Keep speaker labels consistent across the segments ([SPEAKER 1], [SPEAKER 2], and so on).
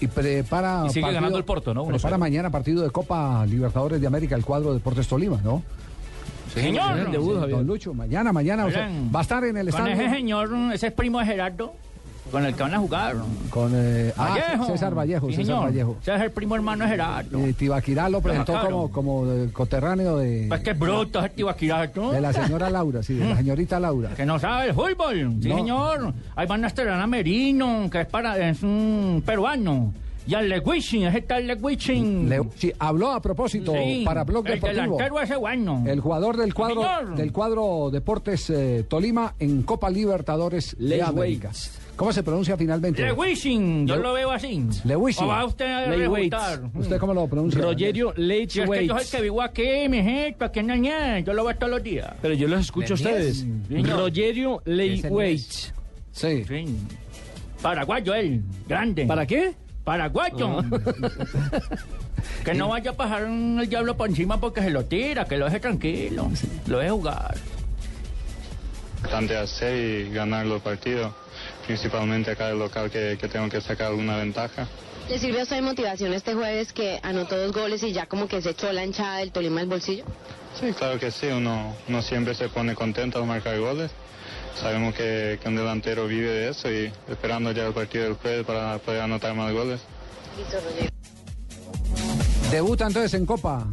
[SPEAKER 1] Y prepara.
[SPEAKER 2] Y sigue ganando el Porto, ¿no? Uno
[SPEAKER 1] Prepara
[SPEAKER 2] cero.
[SPEAKER 1] mañana partido de Copa Libertadores de América, el cuadro Deportes Tolima, ¿no?
[SPEAKER 2] Señor,
[SPEAKER 3] Gran debut,
[SPEAKER 1] Don
[SPEAKER 3] Javier.
[SPEAKER 1] Lucho, mañana, mañana. o sea,
[SPEAKER 2] Oigan,
[SPEAKER 1] va a estar en el
[SPEAKER 2] Con
[SPEAKER 1] estadio.
[SPEAKER 2] ese señor, ese es primo de Gerardo, con el que van a jugar.
[SPEAKER 1] Con eh, ah, César Vallejo,
[SPEAKER 2] Sí,
[SPEAKER 1] César
[SPEAKER 2] señor.
[SPEAKER 1] Vallejo.
[SPEAKER 2] Ese es el primo hermano de Gerardo.
[SPEAKER 1] Eh, Tibaquirá lo presentó
[SPEAKER 2] Macaron.
[SPEAKER 1] como, como eh, coterráneo de,
[SPEAKER 2] Pues que bruto ese tibaquirato.
[SPEAKER 1] de la señora Laura, sí, de la señorita Laura.
[SPEAKER 2] Que no sabe el fútbol. Sí,
[SPEAKER 1] No.
[SPEAKER 2] señor. Ahí van a Estelana Merino, que es, para, es un peruano. Y al Leguichin, ese tal Leguichin.
[SPEAKER 1] Le- sí, habló a propósito
[SPEAKER 2] Sí,
[SPEAKER 1] para Blog
[SPEAKER 2] el
[SPEAKER 1] Deportivo.
[SPEAKER 2] delantero ese bueno.
[SPEAKER 1] El jugador del cuadro
[SPEAKER 2] Señor.
[SPEAKER 1] del cuadro Deportes eh, Tolima en Copa Libertadores de
[SPEAKER 3] Les
[SPEAKER 1] América.
[SPEAKER 3] Waits.
[SPEAKER 1] ¿Cómo se pronuncia finalmente?
[SPEAKER 2] Leguichin, yo
[SPEAKER 1] Le-
[SPEAKER 2] lo veo así.
[SPEAKER 1] Leguichin.
[SPEAKER 2] O va usted a
[SPEAKER 3] Leguichin.
[SPEAKER 2] refutar.
[SPEAKER 1] ¿Usted cómo lo pronuncia?
[SPEAKER 3] Rogerio
[SPEAKER 2] Si es que yo soy el
[SPEAKER 3] Leitchwaite.
[SPEAKER 2] que vivo aquí, mi gente, aquí en Añez, yo lo veo todos los días.
[SPEAKER 3] Pero yo los escucho a ustedes.
[SPEAKER 2] Señor.
[SPEAKER 3] Rogerio Leitchwaite.
[SPEAKER 1] Sí.
[SPEAKER 2] Sí. Paraguayo él, grande.
[SPEAKER 3] ¿Para qué? Ah.
[SPEAKER 2] Paraguayo. que no vaya a pasar un- el diablo por encima porque se lo tira, que lo deje tranquilo. Lo deje jugar.
[SPEAKER 4] importante hacer y ganar los partidos, principalmente acá el local que, que tengo que sacar alguna ventaja.
[SPEAKER 5] ¿Le sirve a usted de motivación este jueves que anotó dos goles y ya como que se echó la hinchada del Tolima al bolsillo?
[SPEAKER 4] Sí, claro que sí, uno, uno siempre se pone contento al marcar goles. Sabemos que, que un delantero vive de eso y esperando ya el partido del jueves para poder anotar más goles.
[SPEAKER 1] Debuta entonces en Copa.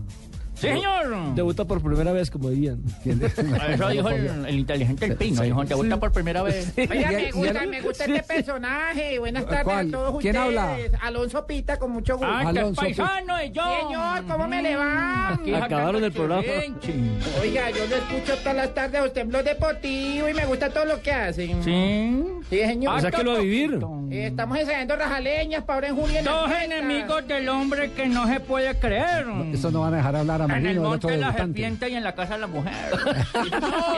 [SPEAKER 2] ¡Sí, señor!
[SPEAKER 3] Debuta por primera vez, como dirían.
[SPEAKER 2] Eso dijo el, el inteligente el pino, dijo, te gusta por primera vez.
[SPEAKER 6] Oiga,
[SPEAKER 1] Y el-
[SPEAKER 6] me gusta,
[SPEAKER 1] y el-
[SPEAKER 6] me gusta este personaje. Buenas tardes
[SPEAKER 1] ¿Cuál?
[SPEAKER 6] a todos
[SPEAKER 1] ¿Quién
[SPEAKER 6] ustedes.
[SPEAKER 1] habla?
[SPEAKER 6] Alonso Pita, con mucho gusto.
[SPEAKER 2] Ah, que es
[SPEAKER 1] Alonso,
[SPEAKER 2] paisano y yo.
[SPEAKER 6] Señor, ¿cómo me le va?
[SPEAKER 2] Aquí sacando
[SPEAKER 3] Acabaron el programa.
[SPEAKER 2] chirrinche.
[SPEAKER 1] Ah.
[SPEAKER 6] Oiga, yo lo escucho todas las tardes a usted en Blog Deportivo y me gusta todo lo que hacen.
[SPEAKER 2] Sí.
[SPEAKER 6] Sí, señor.
[SPEAKER 3] O sea, que lo a vivir.
[SPEAKER 6] Eh, estamos ensayando rajaleñas para ahora en julio. en la
[SPEAKER 2] Dos
[SPEAKER 6] fiesta.
[SPEAKER 2] enemigos del hombre que no se puede creer.
[SPEAKER 1] Eso no van a dejar hablar a
[SPEAKER 2] En el
[SPEAKER 1] Marino, el
[SPEAKER 2] monte
[SPEAKER 1] otro
[SPEAKER 2] de la
[SPEAKER 1] debutante.
[SPEAKER 2] serpiente y en la casa de la mujer.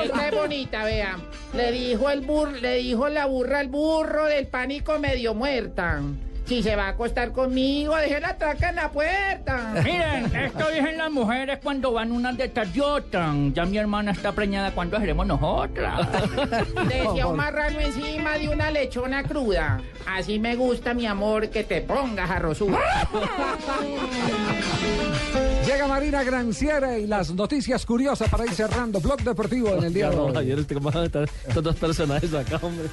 [SPEAKER 6] Esta es bonita, vea. Le dijo el bur, le dijo la burra al burro del pánico medio muerta. Si se va a acostar conmigo, deje la traca en la puerta.
[SPEAKER 2] Miren, esto dicen las mujeres cuando van unas detrás de otras. Ya mi hermana está preñada, ¿cuándo seremos nosotras?
[SPEAKER 6] Decía un marrano encima de una lechona cruda. Así me gusta, mi amor, que te pongas a
[SPEAKER 1] Llega Marina Granciera y las noticias curiosas para ir cerrando Blog Deportivo en el día de
[SPEAKER 3] Claro,
[SPEAKER 1] hoy.
[SPEAKER 3] Javier, este, ¿cómo van a estar estos dos personajes acá, hombre?